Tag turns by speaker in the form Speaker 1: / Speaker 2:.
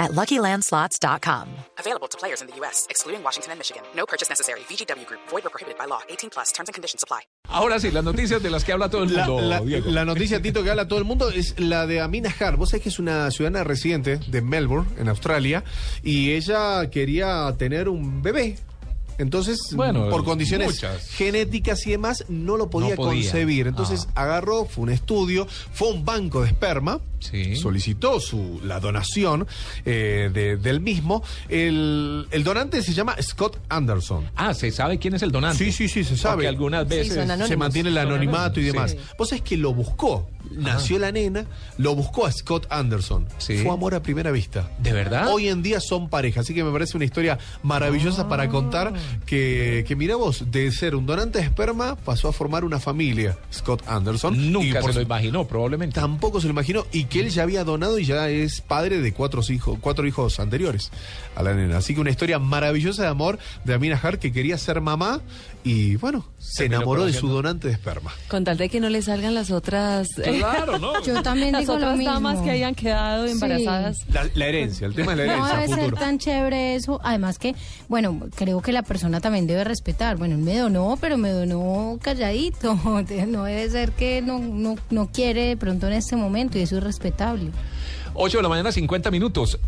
Speaker 1: at luckylandslots.com.
Speaker 2: Available to players in the U.S., excluding Washington and Michigan. No purchase necessary. VGW Group, void or prohibited by law. 18 plus terms and conditions apply.
Speaker 3: Ahora sí, las noticias de las que habla todo el
Speaker 4: La,
Speaker 3: mundo.
Speaker 4: la-
Speaker 3: Diego.
Speaker 4: la noticia, Tito, que habla todo el mundo es la de Amina Har. Vos sabés que es una ciudadana residente de Melbourne, en Australia, y ella quería tener un bebé. Entonces,
Speaker 3: Bueno,
Speaker 4: por condiciones
Speaker 3: muchas.
Speaker 4: genéticas y demás, no lo podía,
Speaker 3: No podía. Ah.
Speaker 4: concebir. Entonces, agarró, fue un estudio, fue a un banco de esperma,
Speaker 3: Sí.
Speaker 4: solicitó su, la donación eh, de- del mismo. El, el donante se llama Scott Anderson.
Speaker 3: Ah, se sabe quién es el donante.
Speaker 4: Sí, sí, sí, se
Speaker 3: Porque
Speaker 4: sabe.
Speaker 3: algunas veces.
Speaker 5: son anónimos.
Speaker 4: Se mantiene el
Speaker 3: Son
Speaker 4: anonimato y
Speaker 3: anónimos,
Speaker 4: demás. Vos sabés que lo buscó. Nació la nena, lo buscó a Scott Anderson.
Speaker 3: Sí.
Speaker 4: Fue amor a primera vista.
Speaker 3: ¿De verdad?
Speaker 4: Hoy en día son pareja, así que me parece una historia maravillosa
Speaker 3: Ah.
Speaker 4: para contar que, que mira vos, de ser un donante de esperma pasó a formar una familia, Scott Anderson. Y
Speaker 3: Nunca
Speaker 4: por
Speaker 3: se lo
Speaker 4: su-
Speaker 3: imaginó, probablemente.
Speaker 4: Tampoco se lo imaginó y que él ya había donado y ya es padre de cuatro hijos, cuatro hijos anteriores a la nena. Así que una historia maravillosa de amor de Amina Hart que quería ser mamá y bueno, se
Speaker 3: Terminó
Speaker 4: enamoró de su
Speaker 3: conociendo.
Speaker 4: donante de esperma.
Speaker 5: Con tal de que no le salgan las otras. eh,
Speaker 3: Claro, ¿no?
Speaker 6: Yo también
Speaker 5: las
Speaker 6: digo lo
Speaker 5: otras
Speaker 6: mismo.
Speaker 5: damas que hayan quedado embarazadas.
Speaker 4: La, la herencia, el tema de la
Speaker 6: No
Speaker 4: herencia.
Speaker 6: debe ser
Speaker 4: futuro.
Speaker 6: tan chévere eso. Además que, bueno, creo que la persona también debe respetar. Bueno, él me donó, pero me donó calladito. No debe ser que no, no, no quiere de pronto en este momento y eso es respetable.
Speaker 3: 8 de la mañana, 50 minutos.